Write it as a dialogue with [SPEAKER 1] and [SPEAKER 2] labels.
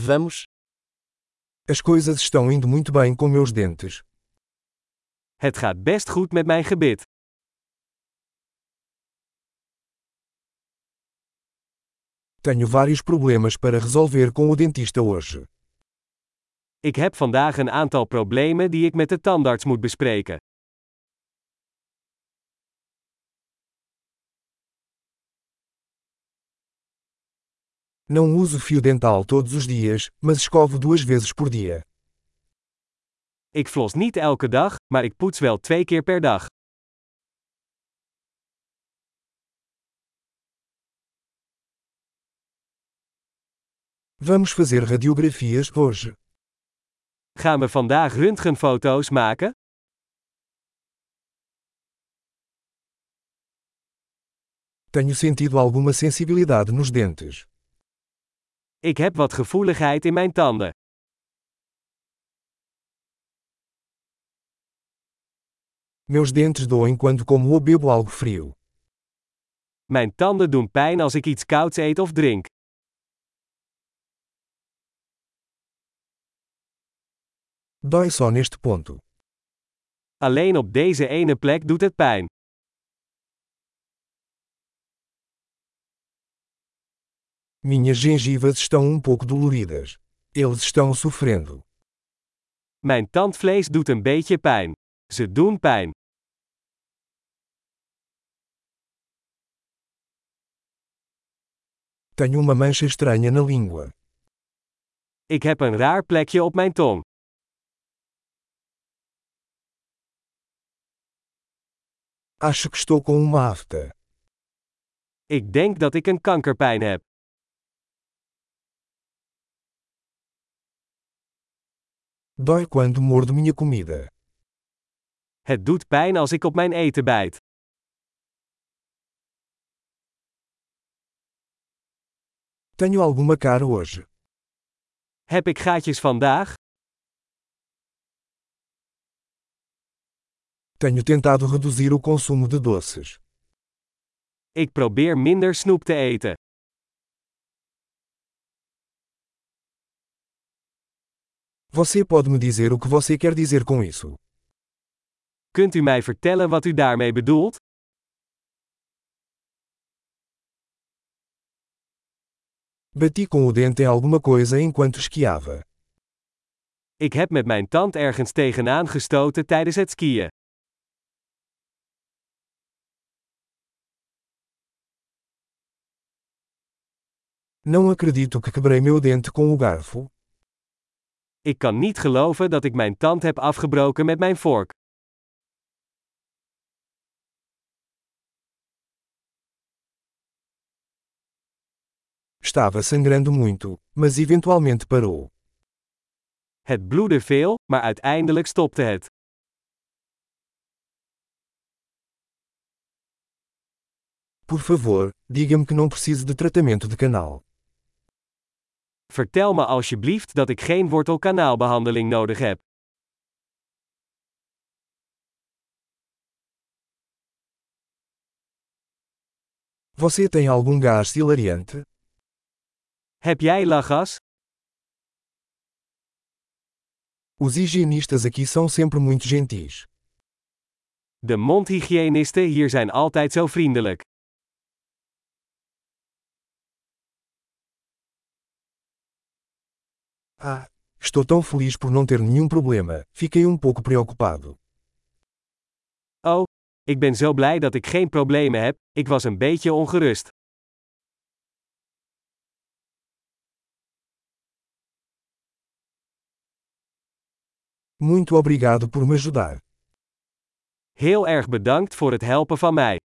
[SPEAKER 1] Vamos.
[SPEAKER 2] As coisas estão indo muito bem com meus dentes.
[SPEAKER 1] Het gaat best goed met mijn gebit.
[SPEAKER 2] Tenho vários problemas para resolver com o dentista hoje.
[SPEAKER 1] Ik heb vandaag een aantal problemen die ik met de tandarts moet bespreken.
[SPEAKER 2] Não uso fio dental todos os dias, mas escovo duas vezes por dia.
[SPEAKER 1] Ik flos niet elke dag, maar ik poets wel twee keer per dag.
[SPEAKER 2] Vamos fazer radiografias hoje.
[SPEAKER 1] Gaan we vandaag röntgenfoto's maken?
[SPEAKER 2] Tenho sentido alguma sensibilidade nos dentes.
[SPEAKER 1] Ik heb wat gevoeligheid in mijn tanden.
[SPEAKER 2] Meus dentes doem quando como ou bebo algo frio.
[SPEAKER 1] Mijn tanden doen pijn als ik iets kouds eet of drink.
[SPEAKER 2] Dói só neste ponto.
[SPEAKER 1] Alleen op deze ene plek doet het pijn.
[SPEAKER 2] Minhas gengivas estão um pouco doloridas. Eles estão sofrendo.
[SPEAKER 1] Mijn tandvlees doet een beetje pijn. Ze doen pijn.
[SPEAKER 2] Tenho uma mancha estranha na língua.
[SPEAKER 1] Ik heb een raar plekje op mijn tong.
[SPEAKER 2] Acho que estou com uma afta.
[SPEAKER 1] Ik denk dat ik een kankerpijn heb.
[SPEAKER 2] Dói quando mordo minha comida.
[SPEAKER 1] Het doet pijn als ik op mijn eten bijt.
[SPEAKER 2] Tenho alguma cara hoje.
[SPEAKER 1] Heb ik gaatjes vandaag?
[SPEAKER 2] Tenho tentado reduzir o consumo de doces.
[SPEAKER 1] Ik probeer minder snoep te eten.
[SPEAKER 2] Você pode me dizer o que você quer dizer com isso?
[SPEAKER 1] Kunt u mij vertellen wat u daarmee bedoelt?
[SPEAKER 2] Bati com o dente em alguma coisa enquanto esquiava.
[SPEAKER 1] Ik heb met mijn tand ergens tegenaan gestoten tijdens het skiën.
[SPEAKER 2] Não acredito que quebrei meu dente com o garfo.
[SPEAKER 1] Ik kan niet geloven dat ik mijn tand heb afgebroken met mijn vork.
[SPEAKER 2] Estava sangrando muito, mas eventualmente parou.
[SPEAKER 1] Het bloedde veel, maar uiteindelijk stopte het.
[SPEAKER 2] Por favor, diga-me que não preciso de tratamento de canal.
[SPEAKER 1] Vertel me alsjeblieft dat ik geen wortelkanaalbehandeling nodig heb.
[SPEAKER 2] Você tem algum gás hilariante?
[SPEAKER 1] Heb jij lachgas?
[SPEAKER 2] Os higienistas aqui são sempre muito gentis.
[SPEAKER 1] De mondhygiënisten hier zijn altijd zo vriendelijk.
[SPEAKER 2] Ah, estou tão feliz por não ter nenhum problema, fiquei um pouco preocupado.
[SPEAKER 1] Oh, ik ben zo blij dat ik geen problemen heb, ik was een beetje ongerust.
[SPEAKER 2] Muito obrigado por me ajudar.
[SPEAKER 1] Heel erg bedankt voor het helpen van mij.